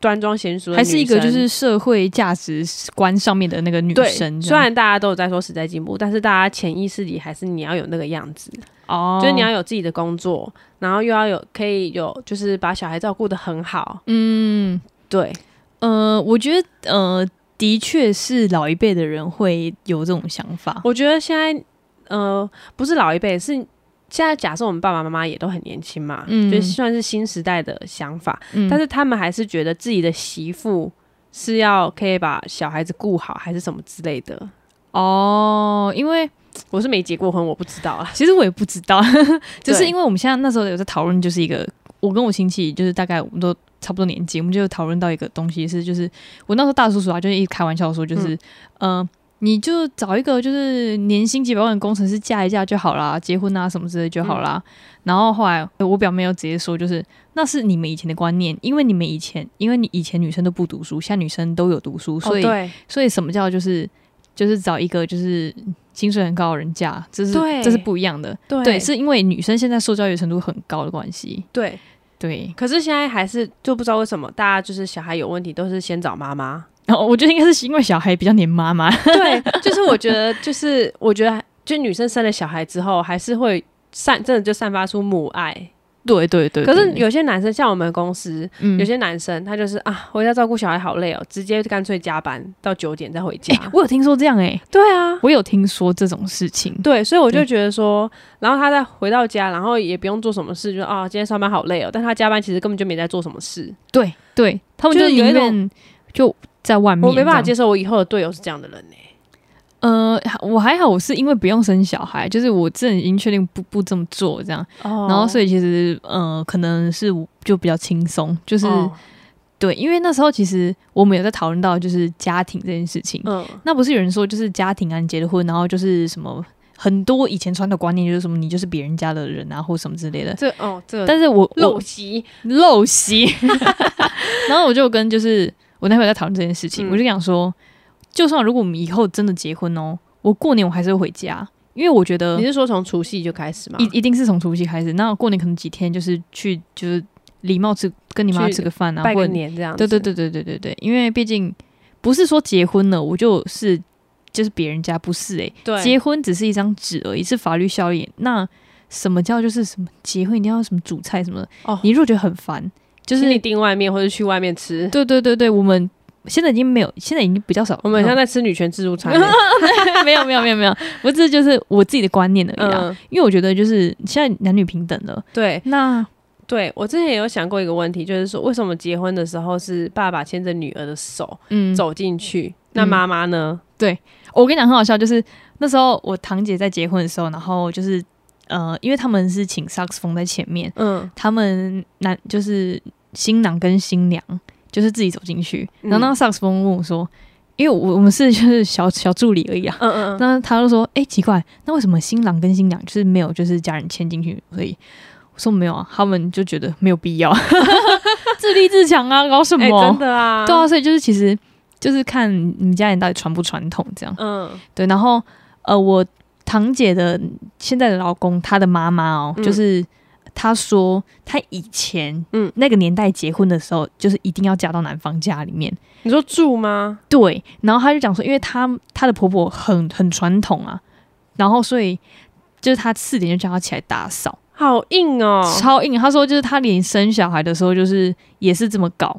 [SPEAKER 2] 端庄娴熟的女生，
[SPEAKER 1] 还是一个就是社会价值观上面的那个女
[SPEAKER 2] 对。
[SPEAKER 1] 生，这
[SPEAKER 2] 虽
[SPEAKER 1] 样
[SPEAKER 2] 然大家都有在说时代进步，但是大家潜意识里还是你要有那个样子，
[SPEAKER 1] 哦，
[SPEAKER 2] 就是你要有自己的工作，然后又要有可以有，就是把小孩照顾的很好。
[SPEAKER 1] 嗯
[SPEAKER 2] 对，
[SPEAKER 1] 呃，我觉得呃，的确是老一辈的人会有这种想法，
[SPEAKER 2] 我觉得现在呃，不是老一辈，是现在假设我们爸爸妈妈也都很年轻嘛，
[SPEAKER 1] 嗯
[SPEAKER 2] 就算是新时代的想法，
[SPEAKER 1] 嗯
[SPEAKER 2] 但
[SPEAKER 1] 是
[SPEAKER 2] 是他们还是觉得自己的媳妇是要可以把小孩子顾好，还是什么之类的。
[SPEAKER 1] 哦，因为
[SPEAKER 2] 我是没结过婚，我不知道啊。
[SPEAKER 1] 其实我也不知道，只是
[SPEAKER 2] 对
[SPEAKER 1] 因为我们现在那时候有在讨论，就是一个我跟我亲戚，就是大概我们都差不多年纪，我们就讨论到一个东西是，就是我那时候大叔叔啊，就是一直开玩笑说，就是嗯、呃你就找一个就是年薪几百万的工程师嫁一嫁就好啦，结婚啊什么之类就好啦。
[SPEAKER 2] 嗯
[SPEAKER 1] 然后后来我表妹又直接说，就是那是你们以前的观念，因为你们以前，因为你以前女生都不读书，现在女生都有读书，所以、
[SPEAKER 2] 哦、对
[SPEAKER 1] 所以什么叫就是就是找一个就是薪水很高的人嫁，这是
[SPEAKER 2] 对
[SPEAKER 1] 这是不一样的。
[SPEAKER 2] 对
[SPEAKER 1] 对，是因为女生现在受教育程度很高的关系。
[SPEAKER 2] 对。
[SPEAKER 1] 对，
[SPEAKER 2] 可是现在还是就不知道为什么大家就是小孩有问题都是先找妈妈。
[SPEAKER 1] 然后我觉得应该是因为小孩比较黏妈妈，
[SPEAKER 2] 对，就是我觉得就是我觉得就女生生了小孩之后还是会散真的就散发出母爱。
[SPEAKER 1] 对对对嗯
[SPEAKER 2] 可是有些男生像我们公司
[SPEAKER 1] 有
[SPEAKER 2] 有些男生他就是啊回家照顾小孩好累哦，直接干脆加班到九点再回家。
[SPEAKER 1] 我有听说这样哎、
[SPEAKER 2] 对啊。
[SPEAKER 1] 我有听说这种事情。
[SPEAKER 2] 对，所以我就
[SPEAKER 1] 对
[SPEAKER 2] 觉得说，然后他再回到家，然后也不用做什么事，就啊，今天上班好累哦。但他加班其实根本就没在做什么事，
[SPEAKER 1] 对对，他们就
[SPEAKER 2] 就是有
[SPEAKER 1] 宁
[SPEAKER 2] 一种
[SPEAKER 1] 愿就在外面，
[SPEAKER 2] 我没办法接
[SPEAKER 1] 受。
[SPEAKER 2] 受我以后的队友是这样的人呢、
[SPEAKER 1] 呃，我还好，我是因为不用生小孩，就是我真的已经确定不不这么做这样，
[SPEAKER 2] 哦
[SPEAKER 1] 然后所以其实呃，可能是就比较轻松，就是、
[SPEAKER 2] 哦
[SPEAKER 1] 对，因为那时候其实我们有在讨论到就是家庭这件事情，
[SPEAKER 2] 嗯，
[SPEAKER 1] 那不是有人说，就是家庭啊，你结了婚，然后就是什么很多以前传统观念，就是什么你就是别人家的人啊，或什么之类的。
[SPEAKER 2] 这哦这
[SPEAKER 1] 但是我
[SPEAKER 2] 陋
[SPEAKER 1] 我
[SPEAKER 2] 习，
[SPEAKER 1] 陋 习，然后我就跟就是我男朋友在讨论这件事情，
[SPEAKER 2] 嗯
[SPEAKER 1] 我就想说，就算如果我们以后真的结婚哦，我过年我还是会回家，因为我觉得
[SPEAKER 2] 你是说从除夕就开始吗？
[SPEAKER 1] 嗯一一定是从除夕开始，那过年可能几天就是去就是礼貌吃跟你妈
[SPEAKER 2] 去
[SPEAKER 1] 吃个饭啊，
[SPEAKER 2] 拜
[SPEAKER 1] 或
[SPEAKER 2] 个
[SPEAKER 1] 者
[SPEAKER 2] 年这样
[SPEAKER 1] 对
[SPEAKER 2] 子，
[SPEAKER 1] 对对对对对对，因为毕竟不是说结婚了我就是就是别人家不是诶、
[SPEAKER 2] 对，
[SPEAKER 1] 结婚只是一张纸而已，是法律效力。那什么叫就是什么结婚一定要什么主菜什么的？
[SPEAKER 2] 哦
[SPEAKER 1] 你如果觉得很烦，就
[SPEAKER 2] 就是
[SPEAKER 1] 是
[SPEAKER 2] 你订外面或者去外面吃。
[SPEAKER 1] 对对对对，我们现在已经没有，现在已经比较少。
[SPEAKER 2] 我们现
[SPEAKER 1] 在
[SPEAKER 2] 在在吃女权自 助餐，
[SPEAKER 1] 没有没有没有没有，我这就是我自己的观念而已啦。
[SPEAKER 2] 嗯，
[SPEAKER 1] 因为我觉得就是现在男女平等了，
[SPEAKER 2] 对
[SPEAKER 1] 那
[SPEAKER 2] 对，我之前也有想过一个问题，就是说为什么结婚的时候是爸爸牵着女儿的手
[SPEAKER 1] 嗯，
[SPEAKER 2] 走进去，那
[SPEAKER 1] 嗯
[SPEAKER 2] 妈妈呢？
[SPEAKER 1] 我跟你讲很好笑，就是那时候我堂姐在结婚的时候，然后就是呃，因为他们是请萨克斯风在前面，
[SPEAKER 2] 嗯，
[SPEAKER 1] 他们男就是新郎跟新娘就是自己走进去，
[SPEAKER 2] 嗯
[SPEAKER 1] 然后那个萨克斯风问我说，因为我我们是就是小 小助理而已啊，
[SPEAKER 2] 嗯嗯嗯，
[SPEAKER 1] 那他就说，哎、奇怪，那为什么新郎跟新娘就是没有就是家人牵进去？所以我说没有啊，他们就觉得没有必 要，自立自强啊，搞什么？
[SPEAKER 2] 哎，真的啊，
[SPEAKER 1] 对啊，，所以就是其实就是看你家人到底传不传统这样。
[SPEAKER 2] 嗯
[SPEAKER 1] 对，然后呃，我堂姐的现在的老公，他的妈妈哦，
[SPEAKER 2] 嗯
[SPEAKER 1] 就是他说他以前
[SPEAKER 2] 嗯
[SPEAKER 1] 嗯那个年代结婚的时候，就是一定要嫁到男方家里面。
[SPEAKER 2] 你说住吗？
[SPEAKER 1] 对，然后他就讲说，因为他他的婆婆很很传统啊，然后所以。就是他四点就叫他起来打扫，
[SPEAKER 2] 好硬哦，
[SPEAKER 1] 超硬。他说就是他连生小孩的时候就是也是这么搞，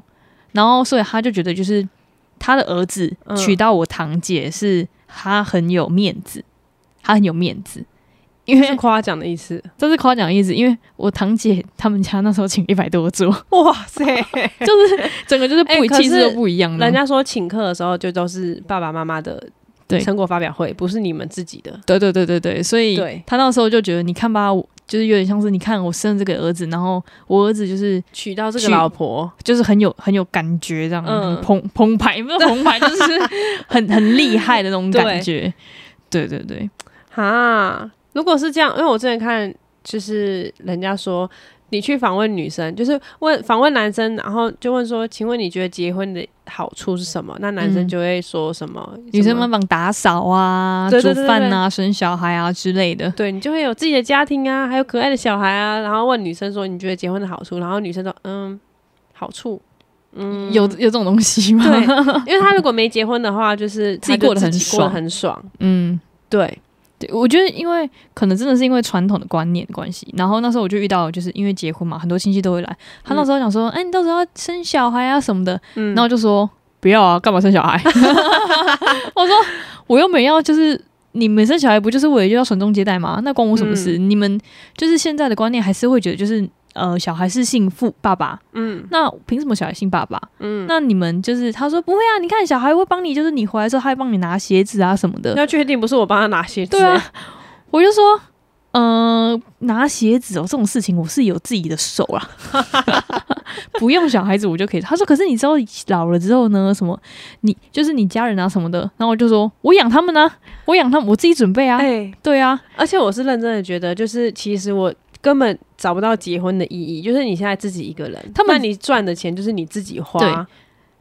[SPEAKER 1] 然后所以他就觉得就是他的儿子
[SPEAKER 2] 嗯
[SPEAKER 1] 娶到我堂姐是他很有面子，
[SPEAKER 2] 嗯
[SPEAKER 1] 他很有面子，因
[SPEAKER 2] 是
[SPEAKER 1] 为
[SPEAKER 2] 夸奖的意思。
[SPEAKER 1] 这是夸奖的意思，因为我堂姐他们家那时候请一百多 桌，
[SPEAKER 2] 哇塞，
[SPEAKER 1] 就是整个就是不
[SPEAKER 2] 哎
[SPEAKER 1] 一
[SPEAKER 2] 可是
[SPEAKER 1] 气质都不一样的，
[SPEAKER 2] 人家说请客的时候就都是爸爸妈妈的
[SPEAKER 1] 对
[SPEAKER 2] 成果发表会，不是你们自己的。
[SPEAKER 1] 对对对对对，所以
[SPEAKER 2] 对
[SPEAKER 1] 他那时候就觉得你看吧，我就是有点像是你看我生了这个儿子，然后我儿子就是
[SPEAKER 2] 娶到这个
[SPEAKER 1] 娶
[SPEAKER 2] 老婆，
[SPEAKER 1] 就是很有很有感觉这样，
[SPEAKER 2] 嗯
[SPEAKER 1] 很澎澎湃不是澎 湃，就是很 很厉害的那种感
[SPEAKER 2] 对
[SPEAKER 1] 觉。对对对，
[SPEAKER 2] 哈，如果是这样，因为我之前看就是人家说。你去访问女生，就是问访问男生，然后就问说：“请问你觉得结婚的好处是什么？”那男生
[SPEAKER 1] 嗯
[SPEAKER 2] 就会说什么？
[SPEAKER 1] 女
[SPEAKER 2] 什
[SPEAKER 1] 生
[SPEAKER 2] 么
[SPEAKER 1] 帮忙打扫啊、
[SPEAKER 2] 对对对
[SPEAKER 1] 煮饭啊、生小孩啊之类的。
[SPEAKER 2] 对你就会有自己的家庭啊，还有可爱的小孩啊。然后问女生说：“你觉得结婚的好处？”然后女生说：“嗯，好处，嗯，
[SPEAKER 1] 有有这种东西吗？
[SPEAKER 2] 对，因为他如果没结婚的话，就是他
[SPEAKER 1] 自己
[SPEAKER 2] 就
[SPEAKER 1] 过得很
[SPEAKER 2] 自己过得
[SPEAKER 1] 爽
[SPEAKER 2] 很爽。
[SPEAKER 1] 嗯，
[SPEAKER 2] 对，
[SPEAKER 1] 对，我觉得因为可能真的是因为传统的观念的关系，然后那时候我就遇到，就是因为结婚嘛，很多亲戚都会来，他那时候想说，哎、你到时候要生小孩啊什么的，
[SPEAKER 2] 嗯，
[SPEAKER 1] 然后我就说不要啊，干嘛生小孩？ 我说我又没要，就是你们生小孩不就是为了要传宗接代吗？那关我什么事？
[SPEAKER 2] 嗯
[SPEAKER 1] 你们就是现在的观念还是会觉得就是。呃，小孩是姓父爸爸，
[SPEAKER 2] 嗯
[SPEAKER 1] 那凭什么小孩姓爸爸？
[SPEAKER 2] 嗯，
[SPEAKER 1] 那你们就是他说不会啊，你看小孩会帮你，就是你回来之后，他会帮你拿鞋子啊什么的。
[SPEAKER 2] 要确定不是我帮他拿鞋子、
[SPEAKER 1] 对啊
[SPEAKER 2] 欸，
[SPEAKER 1] 我就说，呃，拿鞋子哦，这种事情我是有自己的手啦， 不用小孩子我就可以。他说，可是你知道老了之后呢，什么你就是你家人啊什么的，然后我就说我养他们呢、我养他们，我自己准备啊，
[SPEAKER 2] 哎，
[SPEAKER 1] 对啊，
[SPEAKER 2] 而且我是认真的觉得，就是其实我根本找不到结婚的意义，就是你现在自己一个人，
[SPEAKER 1] 他们
[SPEAKER 2] 那你赚的钱就是你自己花，
[SPEAKER 1] 对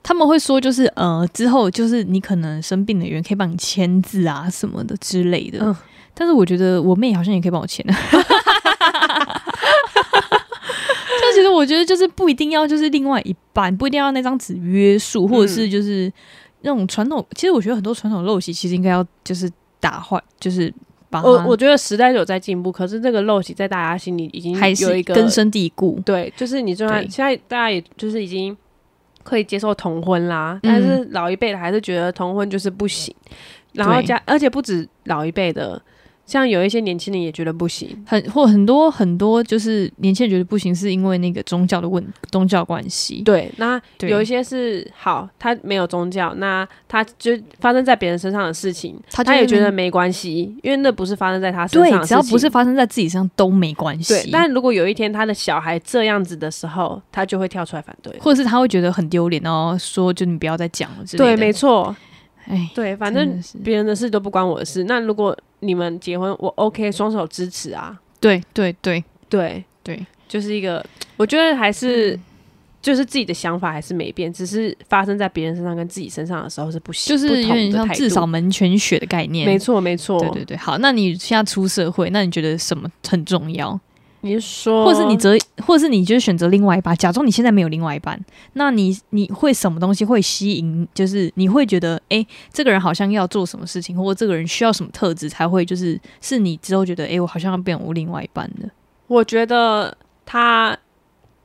[SPEAKER 1] 他们会说就是呃，之后就是你可能生病的人可以帮你签字啊什么的之类的。
[SPEAKER 2] 嗯
[SPEAKER 1] 但是我觉得我妹好像也可以帮我签。 但其实我觉得就是不一定要就是另外一半，不一定要那张纸约束，或者是就是那种传统。其实我觉得很多传统陋习其实应该要就是打坏，就是把它
[SPEAKER 2] 我我觉得时代有在进步，可是这个陋习在大家心里已经
[SPEAKER 1] 还
[SPEAKER 2] 有
[SPEAKER 1] 是
[SPEAKER 2] 一个
[SPEAKER 1] 根深蒂固。
[SPEAKER 2] 对，就是你就算
[SPEAKER 1] 对
[SPEAKER 2] 现在大家也就是已经可以接受同婚
[SPEAKER 1] 嗯
[SPEAKER 2] 啦，但是老一辈的还是觉得同婚就是不行，然后
[SPEAKER 1] 对
[SPEAKER 2] 加而且不止老一辈的，像有一些年轻人也觉得不行，
[SPEAKER 1] 很或很多很多就是年轻人觉得不行，是因为那个宗教的问宗教关系。
[SPEAKER 2] 对，那
[SPEAKER 1] 对
[SPEAKER 2] 有一些是好，他没有宗教，那他就发生在别人身上的事情，
[SPEAKER 1] 他就
[SPEAKER 2] 他也
[SPEAKER 1] 是
[SPEAKER 2] 觉得没关系，因为那不是发生在他身
[SPEAKER 1] 对
[SPEAKER 2] 上，的
[SPEAKER 1] 只要
[SPEAKER 2] 事
[SPEAKER 1] 不是
[SPEAKER 2] 情
[SPEAKER 1] 发生在自己身上都没关系。
[SPEAKER 2] 对，但如果有一天他的小孩这样子的时候，他就会跳出来反对。
[SPEAKER 1] 或者是他会觉得很丢脸，然后说就你不要再讲了之类
[SPEAKER 2] 对，
[SPEAKER 1] 的。
[SPEAKER 2] 没，错，
[SPEAKER 1] 哎，
[SPEAKER 2] 对，反
[SPEAKER 1] 真
[SPEAKER 2] 正
[SPEAKER 1] 的是
[SPEAKER 2] 别人的事都不关我的事。那如果你们结婚，我 OK，双手支持啊。
[SPEAKER 1] 对对对
[SPEAKER 2] 对，
[SPEAKER 1] 对，嗯
[SPEAKER 2] 就是一个，我觉得还是、就是自己的想法还是没变，只是发生在别人身上跟自己身上的时候是不行，
[SPEAKER 1] 就是
[SPEAKER 2] 不
[SPEAKER 1] 有
[SPEAKER 2] 同
[SPEAKER 1] 点
[SPEAKER 2] 的
[SPEAKER 1] 像
[SPEAKER 2] 态
[SPEAKER 1] 至
[SPEAKER 2] 度
[SPEAKER 1] 少门全血的概念。
[SPEAKER 2] 没错没错。
[SPEAKER 1] 对对对，好，那你现在出社会，那你觉得什么很重要？
[SPEAKER 2] 你是说，
[SPEAKER 1] 或者是你择，或者是你就是选择另外一半？假装你现在没有另外一半，那你你会什么东西会吸引？就是你会觉得，哎、这个人好像要做什么事情，或者这个人需要什么特质才会，就是是你之后觉得，哎、我好像要变我另外一半的。
[SPEAKER 2] 我觉得他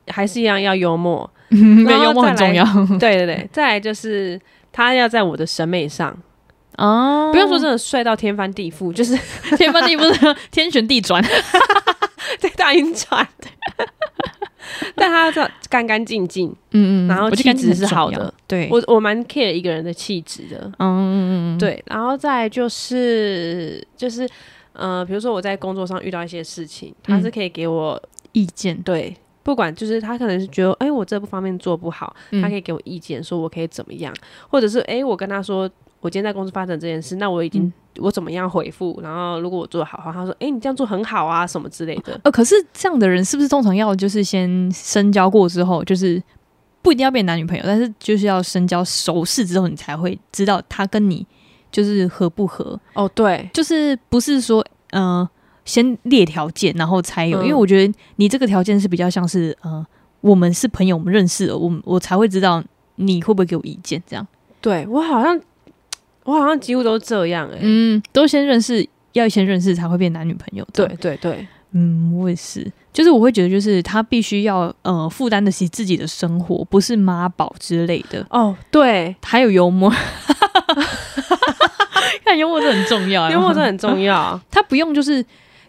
[SPEAKER 2] 还是一样要幽默，
[SPEAKER 1] 嗯，对，
[SPEAKER 2] 然后
[SPEAKER 1] 幽默很
[SPEAKER 2] 再
[SPEAKER 1] 重
[SPEAKER 2] 来
[SPEAKER 1] 要。
[SPEAKER 2] 对对
[SPEAKER 1] 嗯
[SPEAKER 2] 对，再来就是他要在我的审美上，
[SPEAKER 1] 哦，
[SPEAKER 2] 不要说真的帅到天翻地覆，
[SPEAKER 1] 嗯
[SPEAKER 2] 就是
[SPEAKER 1] 天翻地 覆，天旋地转，
[SPEAKER 2] 对大晕船， 但他要干干净净，
[SPEAKER 1] 嗯
[SPEAKER 2] 然后
[SPEAKER 1] 我觉得
[SPEAKER 2] 气
[SPEAKER 1] 感情
[SPEAKER 2] 质
[SPEAKER 1] 很
[SPEAKER 2] 是好
[SPEAKER 1] 重要
[SPEAKER 2] 的，
[SPEAKER 1] 对，
[SPEAKER 2] 我我蛮 care 一个人的气质的，
[SPEAKER 1] 嗯嗯嗯，嗯，
[SPEAKER 2] 对，然后再来就是就是呃，比如说我在工作上遇到一些事情，他
[SPEAKER 1] 嗯
[SPEAKER 2] 是可以给我、
[SPEAKER 1] 意见，
[SPEAKER 2] 对。不管就是他可能是觉得，哎、我这方面做不好，
[SPEAKER 1] 嗯
[SPEAKER 2] 他可以给我意见，说我可以怎么样，或者是哎、我跟他说，我今天在公司发展这件事，那我已经、
[SPEAKER 1] 嗯
[SPEAKER 2] 我怎么样回复，然后如果我做的好的话，他说，哎、你这样做很好啊，什么之类的。
[SPEAKER 1] 呃，可是这样的人是不是通常要就是先深交过之后，就是不一定要变男女朋友，但是就是要深交熟识之后，你才会知道他跟你就是合不合，
[SPEAKER 2] 哦，对，
[SPEAKER 1] 就是不是说呃先列条件然后才有，
[SPEAKER 2] 嗯
[SPEAKER 1] 因为我觉得你这个条件是比较像是呃我们是朋友，我们认识了，我们我才会知道你会不会给我意见这样。
[SPEAKER 2] 对我好像我好像几乎都这样哎、
[SPEAKER 1] 嗯，都先认识，要先认识才会变男女朋友。
[SPEAKER 2] 对，对对，
[SPEAKER 1] 嗯，我也是，就是我会觉得，就是他必须要呃负担得起自己的生活，不是妈宝之类的，
[SPEAKER 2] 哦对，
[SPEAKER 1] 还有幽默。 看幽默这很重要， 啊
[SPEAKER 2] 幽默这很重要。
[SPEAKER 1] 他不用就是，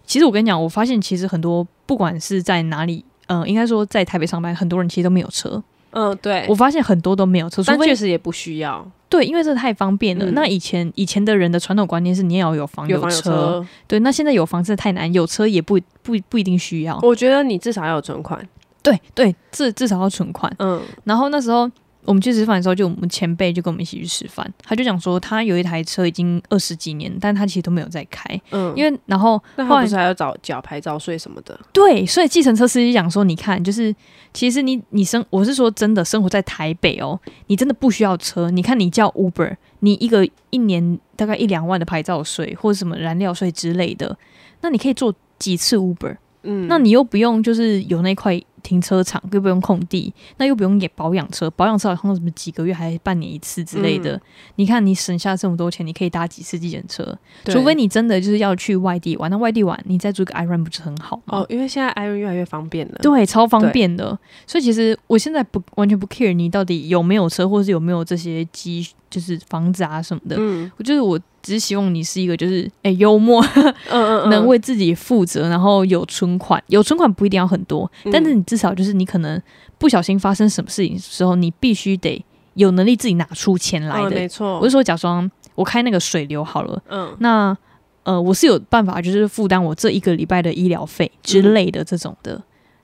[SPEAKER 1] 其实我跟你讲，我发现其实很多不管是在哪里，呃，应该说在台北上班，很多人其实都没有车。
[SPEAKER 2] 嗯，对
[SPEAKER 1] 我，发现很多都没有车，除
[SPEAKER 2] 但
[SPEAKER 1] 非
[SPEAKER 2] 确实也不需要
[SPEAKER 1] 对，因为这太方便了。
[SPEAKER 2] 嗯
[SPEAKER 1] 那以前以前的人的传统观念是你也要有房
[SPEAKER 2] 有房有
[SPEAKER 1] 车
[SPEAKER 2] 车。哦
[SPEAKER 1] 对，那现在有房子太难，有车也不不不一定需要。
[SPEAKER 2] 我觉得你至少要有存款。
[SPEAKER 1] 对对，至至少要存款。
[SPEAKER 2] 嗯，
[SPEAKER 1] 然后那时候我们去吃饭的时候，就我们前辈就跟我们一起去吃饭，他就讲说他有一台车已经二十几年，但他其实都没有在开，
[SPEAKER 2] 嗯，
[SPEAKER 1] 因为然后
[SPEAKER 2] 那
[SPEAKER 1] 后
[SPEAKER 2] 他
[SPEAKER 1] 来
[SPEAKER 2] 不是还要找缴牌照税什么的？
[SPEAKER 1] 对，所以计程车司机讲说，你看，就是其实你你生，我是说真的，生活在台北哦，你真的不需要车。你看你叫 Uber，你一个一年大概一两万的牌照税或者什么燃料税之类的，那你可以做几次 Uber？
[SPEAKER 2] 嗯，
[SPEAKER 1] 那你又不用就是有那块停车场，又不用空地，那又不用也保养车，保养车好像什么几个月还半年一次之类的。
[SPEAKER 2] 嗯
[SPEAKER 1] 你看你省下这么多钱，你可以搭几次计程车？
[SPEAKER 2] 对
[SPEAKER 1] 除非你真的就是要去外地玩，那外地玩你再租个 i r o n 不是很好吗？
[SPEAKER 2] 哦，因为现在 i r o n 越来越方便了。
[SPEAKER 1] 对，超方便的。所以其实我现在不完全不 care 你到底有没有车，或是有没有这些机，就是房子啊什么的。
[SPEAKER 2] 嗯，
[SPEAKER 1] 我就是我只是希望你是一个就是哎、幽默，
[SPEAKER 2] 嗯嗯嗯，
[SPEAKER 1] 能为自己负责，然后有存款，有存款不一定要很多，
[SPEAKER 2] 嗯
[SPEAKER 1] 但是你至少就是你可能不小心发生什么事情的时候，你必须得有能力自己拿出钱来
[SPEAKER 2] 嗯
[SPEAKER 1] 的。
[SPEAKER 2] 没错
[SPEAKER 1] 我是。说，假装我开那个水流好了，
[SPEAKER 2] 嗯
[SPEAKER 1] 那呃，我是有办法，就是负担我这一个礼拜的医疗费之类的这种的、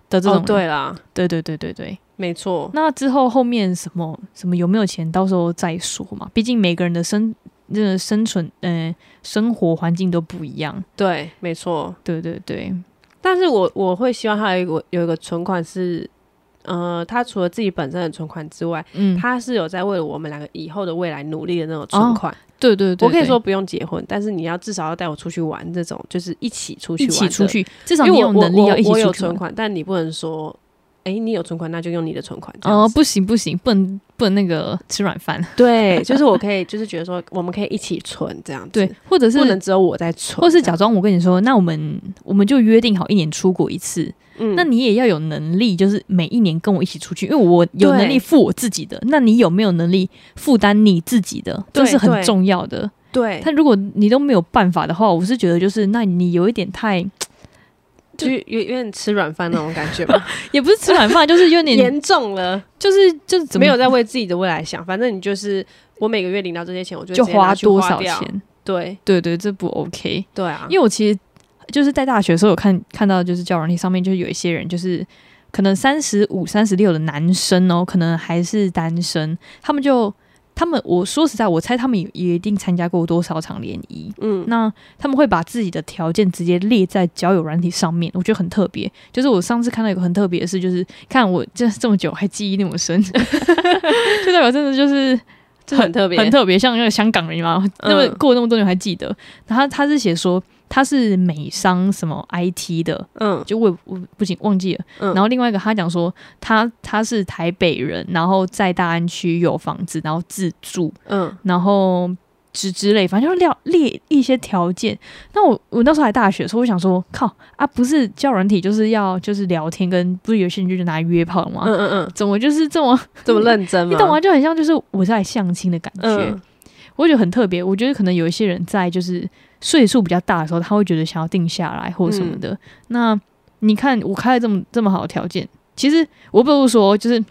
[SPEAKER 1] 的这种
[SPEAKER 2] 哦
[SPEAKER 1] 人、，
[SPEAKER 2] 对啦，
[SPEAKER 1] 对对对对对。
[SPEAKER 2] 没错，
[SPEAKER 1] 那之后后面什么什么有没有钱，到时候再说嘛。毕竟每个人的生呃生存呃生活环境都不一样。
[SPEAKER 2] 对，没错。
[SPEAKER 1] 对对对，
[SPEAKER 2] 但是我我会希望他有一个有一个存款是，呃，他除了自己本身的存款之外，
[SPEAKER 1] 嗯，
[SPEAKER 2] 他是有在为了我们两个以后的未来努力的那种存款。
[SPEAKER 1] 对对哦对，
[SPEAKER 2] 我可以
[SPEAKER 1] 对
[SPEAKER 2] 说不用结婚，但是你要至少要带我出去玩，这种就是一起出去
[SPEAKER 1] 一
[SPEAKER 2] 玩，
[SPEAKER 1] 起出，去，至
[SPEAKER 2] 因
[SPEAKER 1] 少
[SPEAKER 2] 为
[SPEAKER 1] 你
[SPEAKER 2] 我
[SPEAKER 1] 有
[SPEAKER 2] 我
[SPEAKER 1] 能力要
[SPEAKER 2] 我
[SPEAKER 1] 一起出
[SPEAKER 2] 我
[SPEAKER 1] 去
[SPEAKER 2] 有
[SPEAKER 1] 玩。
[SPEAKER 2] 存款，但你不能说，哎、你有存款，那就用你的存款这样
[SPEAKER 1] 哦，
[SPEAKER 2] 子。
[SPEAKER 1] 不行不行，不能不能那个吃软饭，
[SPEAKER 2] 对， 就是我可以，就是觉得说，我们可以一起存这样子，
[SPEAKER 1] 对，，或者
[SPEAKER 2] 不能
[SPEAKER 1] 是
[SPEAKER 2] 只有我在存，
[SPEAKER 1] 或是
[SPEAKER 2] 这
[SPEAKER 1] 假
[SPEAKER 2] 样，
[SPEAKER 1] 装我跟你说，那我们我们就约定好一年出国一次，
[SPEAKER 2] 嗯
[SPEAKER 1] 那你也要有能力，就是每一年跟我一起出去，因为我有能力
[SPEAKER 2] 对
[SPEAKER 1] 付我自己的，那你有没有能力负担你自己的，这
[SPEAKER 2] 对
[SPEAKER 1] 是很
[SPEAKER 2] 对
[SPEAKER 1] 重要的。
[SPEAKER 2] 对，
[SPEAKER 1] 但如果你都没有办法的话，我是觉得就是那你有一点太，
[SPEAKER 2] 就是有有点吃软饭那种感觉 吧，
[SPEAKER 1] 也不是吃软饭，就是有 点
[SPEAKER 2] 严重了，
[SPEAKER 1] 就是就是怎么
[SPEAKER 2] 没有在为自己的未来想，反正你就是我每个月领到这些钱，我就
[SPEAKER 1] 就
[SPEAKER 2] 直接拿去
[SPEAKER 1] 多少
[SPEAKER 2] 掉，
[SPEAKER 1] 钱？
[SPEAKER 2] 对
[SPEAKER 1] 对对，这不 OK。
[SPEAKER 2] 对啊，
[SPEAKER 1] 因为我其实就是在大学的时候有看看到，就是教软体上面就是有一些人，就是可能三十五、三十六的男生哦，可能还是单身，他们就他们我说实在，我猜他们也也一定参加过多少场联谊。
[SPEAKER 2] 嗯
[SPEAKER 1] 那他们会把自己的条件直接列在交友软体上面，我觉得很特别。就是我上次看到有个很特别的事，就是看我这这么久还记忆那么深， 就代表真的就是
[SPEAKER 2] 这很特别，
[SPEAKER 1] 很特别，像那个香港人嘛，那么
[SPEAKER 2] 嗯
[SPEAKER 1] 过了那么多年我还记得。然后他他是写说他是美商什么 IT 的，
[SPEAKER 2] 嗯
[SPEAKER 1] 就我也我不行忘记了。
[SPEAKER 2] 嗯，
[SPEAKER 1] 然后另外一个他讲说他他是台北人，然后在大安区有房子，然后自住，
[SPEAKER 2] 嗯
[SPEAKER 1] 然后之之类，反正就列列一些条件。那我我那时候还大学的时候，我想说靠啊，不是教软体就是要就是聊天跟不是有些人就拿来约炮吗？
[SPEAKER 2] 嗯嗯嗯，
[SPEAKER 1] 怎么就是这么
[SPEAKER 2] 这么认真吗？
[SPEAKER 1] 你懂吗？就很像就是我在相亲的感觉。
[SPEAKER 2] 嗯，
[SPEAKER 1] 我觉得很特别。我觉得可能有一些人在就是岁数比较大的时候，他会觉得想要定下来或什么的。那你看我开了这么这么好的条件，其实我不得不说，就是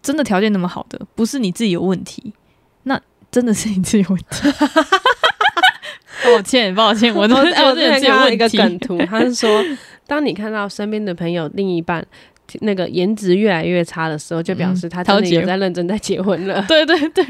[SPEAKER 1] 真的条件那么好的，不是你自己有问题，那真的是你自己有问题。 抱歉，抱歉，我
[SPEAKER 2] 我
[SPEAKER 1] 都
[SPEAKER 2] 哎我
[SPEAKER 1] 我
[SPEAKER 2] 之
[SPEAKER 1] 真的自
[SPEAKER 2] 前
[SPEAKER 1] 己有
[SPEAKER 2] 看到一
[SPEAKER 1] 问
[SPEAKER 2] 个
[SPEAKER 1] 题。
[SPEAKER 2] 梗图，他是说，当你看到身边的朋友另一半那个颜值越来越差的时候，就表示他
[SPEAKER 1] 他
[SPEAKER 2] 真
[SPEAKER 1] 要
[SPEAKER 2] 的
[SPEAKER 1] 结
[SPEAKER 2] 有在认真在结婚了。
[SPEAKER 1] 对对对，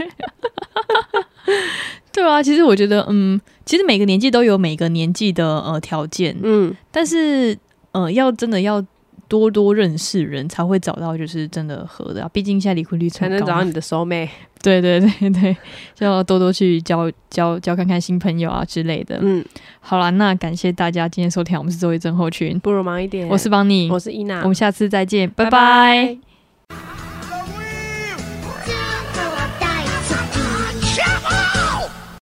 [SPEAKER 1] 对啊，其实我觉得，嗯，其实每个年纪都有每个年纪的呃条件，
[SPEAKER 2] 嗯，
[SPEAKER 1] 但是呃，要真的要多多认识人，才会找到就是真的合的、啊。毕竟现在离婚率
[SPEAKER 2] 才
[SPEAKER 1] 才
[SPEAKER 2] 能找到你的 soul mate。
[SPEAKER 1] 对对对对， 就要多多去交交交看看新朋友啊之类的。
[SPEAKER 2] 嗯，
[SPEAKER 1] 好啦，那感谢大家今天收听，我们是周一真后群，
[SPEAKER 2] 不如忙一点。
[SPEAKER 1] 我是邦尼，
[SPEAKER 2] 我是伊娜，
[SPEAKER 1] 我们下次再见，拜拜
[SPEAKER 2] 拜拜